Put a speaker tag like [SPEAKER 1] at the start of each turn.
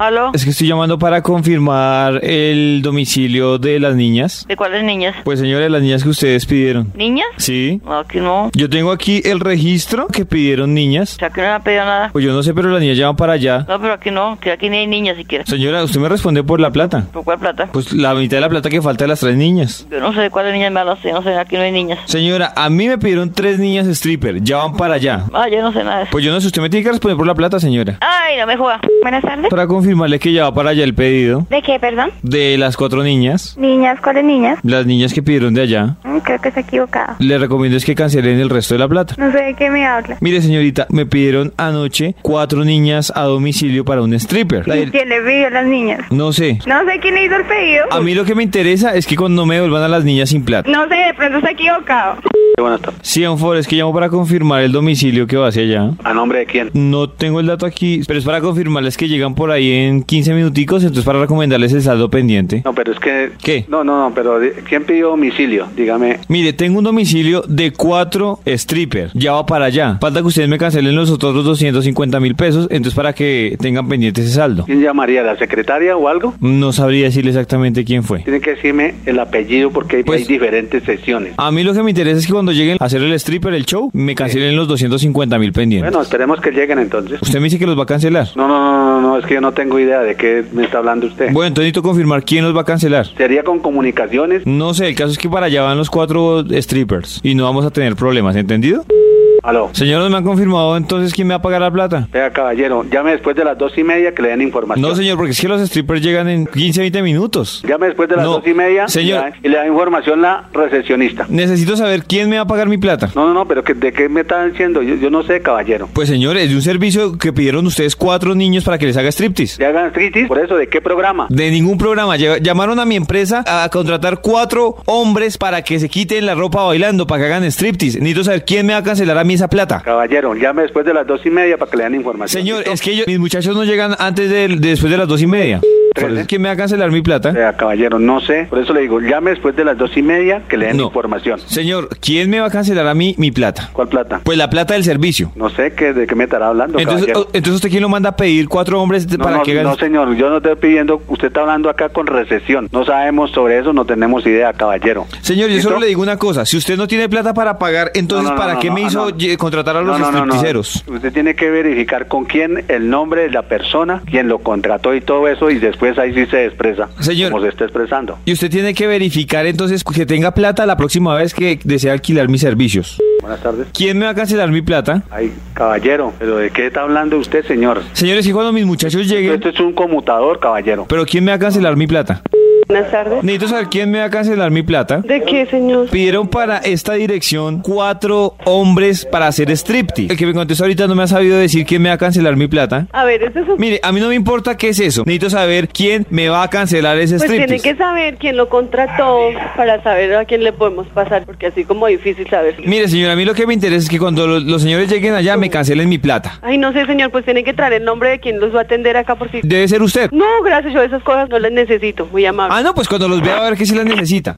[SPEAKER 1] ¿Aló?
[SPEAKER 2] Es que estoy llamando para confirmar el domicilio de las niñas.
[SPEAKER 1] ¿De cuáles niñas?
[SPEAKER 2] Pues señores, las niñas que ustedes pidieron.
[SPEAKER 1] ¿Niñas?
[SPEAKER 2] Sí.
[SPEAKER 1] No, aquí no. O
[SPEAKER 2] Yo tengo aquí el registro que pidieron niñas.
[SPEAKER 1] sea, aquí no me han pedido nada.
[SPEAKER 2] Pues yo no sé, pero las niñas llevan para allá.
[SPEAKER 1] No, pero aquí no. Que aquí ni hay niñas siquiera.
[SPEAKER 2] Señora, usted me responde por la plata.
[SPEAKER 1] ¿Por cuál plata?
[SPEAKER 2] Pues la mitad de la plata que falta de las tres niñas.
[SPEAKER 1] Yo no sé de cuáles niñas me hablas. Yo no sé, aquí no hay niñas.
[SPEAKER 2] Señora, a mí me pidieron tres niñas stripper. Ya van para allá.
[SPEAKER 1] Ah, yo no sé nada de eso.
[SPEAKER 2] Pues yo no sé, usted me tiene que responder por la plata, señora.
[SPEAKER 1] Ay, no me juega.
[SPEAKER 3] Buenas tardes.
[SPEAKER 2] Para confirmarle que ya va para allá el pedido
[SPEAKER 3] ¿De qué, perdón?
[SPEAKER 2] de las cuatro niñas.
[SPEAKER 3] Niñas, ¿cuáles niñas?
[SPEAKER 2] Las niñas que pidieron de allá.
[SPEAKER 3] Mm, Creo que está equivocado.
[SPEAKER 2] Le recomiendo es que cancelen el resto de la plata.
[SPEAKER 3] No sé de qué me habla.
[SPEAKER 2] Mire, señorita, me pidieron anoche cuatro niñas a domicilio para un stripper. La
[SPEAKER 3] ¿Y
[SPEAKER 2] del-
[SPEAKER 3] quién le pidió a las niñas?
[SPEAKER 2] No sé.
[SPEAKER 3] No sé quién le hizo el pedido.
[SPEAKER 2] A mí lo que me interesa es que cuando me devuelvan a las niñas sin plata.
[SPEAKER 3] No sé, de pronto está equivocado.
[SPEAKER 2] Sí, un favor, es que llamo para confirmar el domicilio que va hacia allá.
[SPEAKER 4] ¿A nombre de quién?
[SPEAKER 2] No tengo el dato aquí, pero es para confirmarles que llegan por ahí en 15 minuticos, entonces para recomendarles el saldo pendiente.
[SPEAKER 4] No, pero es que...
[SPEAKER 2] ¿Qué?
[SPEAKER 4] No, no, no, pero di- ¿quién pidió domicilio? Dígame.
[SPEAKER 2] Mire, tengo un domicilio de cuatro strippers. Ya va para allá. Falta que ustedes me cancelen los otros 250 mil pesos, entonces para que tengan pendiente ese saldo.
[SPEAKER 4] ¿Quién llamaría? ¿La secretaria o algo?
[SPEAKER 2] No sabría decirle exactamente quién fue.
[SPEAKER 4] Tiene que decirme el apellido porque hay,
[SPEAKER 2] Pues-
[SPEAKER 4] hay diferentes sesiones.
[SPEAKER 2] A mí lo que me interesa es que cuando lleguen a hacer el stripper, el show, me cancelen los 250 mil pendientes.
[SPEAKER 4] Bueno, esperemos que lleguen entonces.
[SPEAKER 2] Usted me dice que los va a cancelar.
[SPEAKER 4] No, no, no, no, no, es que yo no tengo idea de qué me está hablando usted.
[SPEAKER 2] Bueno, entonces necesito confirmar quién los va a cancelar.
[SPEAKER 4] ¿Sería con comunicaciones?
[SPEAKER 2] No sé, el caso es que para allá van los cuatro strippers y no vamos a tener problemas, ¿entendido?
[SPEAKER 4] Aló.
[SPEAKER 2] Señores, me han confirmado entonces quién me va a pagar la plata.
[SPEAKER 4] Vea, caballero, llame después de las dos y media que le den información.
[SPEAKER 2] No, señor, porque es que los strippers llegan en 15, 20 minutos.
[SPEAKER 4] Llame después de las
[SPEAKER 2] No,
[SPEAKER 4] dos y media y
[SPEAKER 2] señor.
[SPEAKER 4] le da- y le da información la recepcionista.
[SPEAKER 2] Necesito saber quién me va a pagar mi plata.
[SPEAKER 4] No, no, no, pero que- ¿de qué me está diciendo? Yo, yo no sé, caballero.
[SPEAKER 2] Pues señores, de un servicio que pidieron ustedes cuatro niños para que les haga striptease.
[SPEAKER 4] ¿Le hagan crisis? ¿Por eso? ¿De qué programa?
[SPEAKER 2] De ningún programa. Lle- Llamaron a mi empresa a contratar cuatro hombres para que se quiten la ropa bailando, para que hagan striptease. Necesito saber quién me va a cancelar a mí esa plata.
[SPEAKER 4] Caballero, llame después de las dos y media para que le den información.
[SPEAKER 2] Señor, es que yo- mis muchachos no llegan antes de, de- después de las dos y media. Por eso, ¿Quién me va a cancelar mi
[SPEAKER 4] O
[SPEAKER 2] plata?
[SPEAKER 4] sea, caballero, no sé. Por eso le digo, llame después de las dos y media que le den
[SPEAKER 2] No.
[SPEAKER 4] información.
[SPEAKER 2] Señor, ¿quién me va a cancelar a mí mi plata?
[SPEAKER 4] ¿Cuál plata?
[SPEAKER 2] Pues la plata del servicio.
[SPEAKER 4] No sé qué, de qué me estará hablando,
[SPEAKER 2] Entonces,
[SPEAKER 4] caballero.
[SPEAKER 2] o- entonces ¿usted quién lo manda a pedir cuatro hombres
[SPEAKER 4] No,
[SPEAKER 2] para
[SPEAKER 4] no,
[SPEAKER 2] que hagan?
[SPEAKER 4] no, señor, yo no estoy pidiendo, usted está hablando acá con recesión. No sabemos sobre eso, no tenemos idea, caballero.
[SPEAKER 2] Señor, yo
[SPEAKER 4] ¿Listo?
[SPEAKER 2] solo le digo una cosa. Si usted no tiene plata para pagar, entonces
[SPEAKER 4] No, no, no,
[SPEAKER 2] ¿para
[SPEAKER 4] no,
[SPEAKER 2] qué
[SPEAKER 4] no, ah,
[SPEAKER 2] me
[SPEAKER 4] no.
[SPEAKER 2] hizo ye- contratar a los
[SPEAKER 4] No, no, no, no.
[SPEAKER 2] stripticeros?
[SPEAKER 4] Usted tiene que verificar con quién, el nombre de la persona, quién lo contrató y todo eso, y después ahí sí se expresa.
[SPEAKER 2] Señor.
[SPEAKER 4] Como se está expresando.
[SPEAKER 2] Y usted tiene que verificar entonces que tenga plata la próxima vez que desea alquilar mis servicios.
[SPEAKER 4] Buenas tardes.
[SPEAKER 2] ¿Quién me va a cancelar mi plata?
[SPEAKER 4] Ay, caballero, ¿pero de qué está hablando usted, señor?
[SPEAKER 2] Señores, y cuando mis muchachos lleguen,
[SPEAKER 4] Esto es un conmutador, caballero.
[SPEAKER 2] pero ¿quién me va a cancelar mi plata?
[SPEAKER 5] Buenas tardes.
[SPEAKER 2] Necesito saber quién me va a cancelar mi plata.
[SPEAKER 5] ¿De qué, señor?
[SPEAKER 2] Pidieron para esta dirección cuatro hombres para hacer striptease. El que me contestó ahorita no me ha sabido decir quién me va a cancelar mi plata.
[SPEAKER 5] A ver, ese es un...
[SPEAKER 2] Mire, a mí no me importa qué es eso. Necesito saber quién me va a cancelar ese
[SPEAKER 5] Pues tiene que
[SPEAKER 2] striptease.
[SPEAKER 5] saber quién lo contrató para saber a quién le podemos pasar, porque así como difícil saber.
[SPEAKER 2] Mire, señora, a mí lo que me interesa es que cuando los, los señores lleguen allá me cancelen mi plata.
[SPEAKER 5] Ay, no sé, señor, pues tiene que traer el nombre de quien los va a atender acá por si...
[SPEAKER 2] Debe ser usted.
[SPEAKER 5] No, gracias, yo esas cosas no las necesito, muy amable.
[SPEAKER 2] Ah, no, pues cuando los vea va a ver que sí las necesita.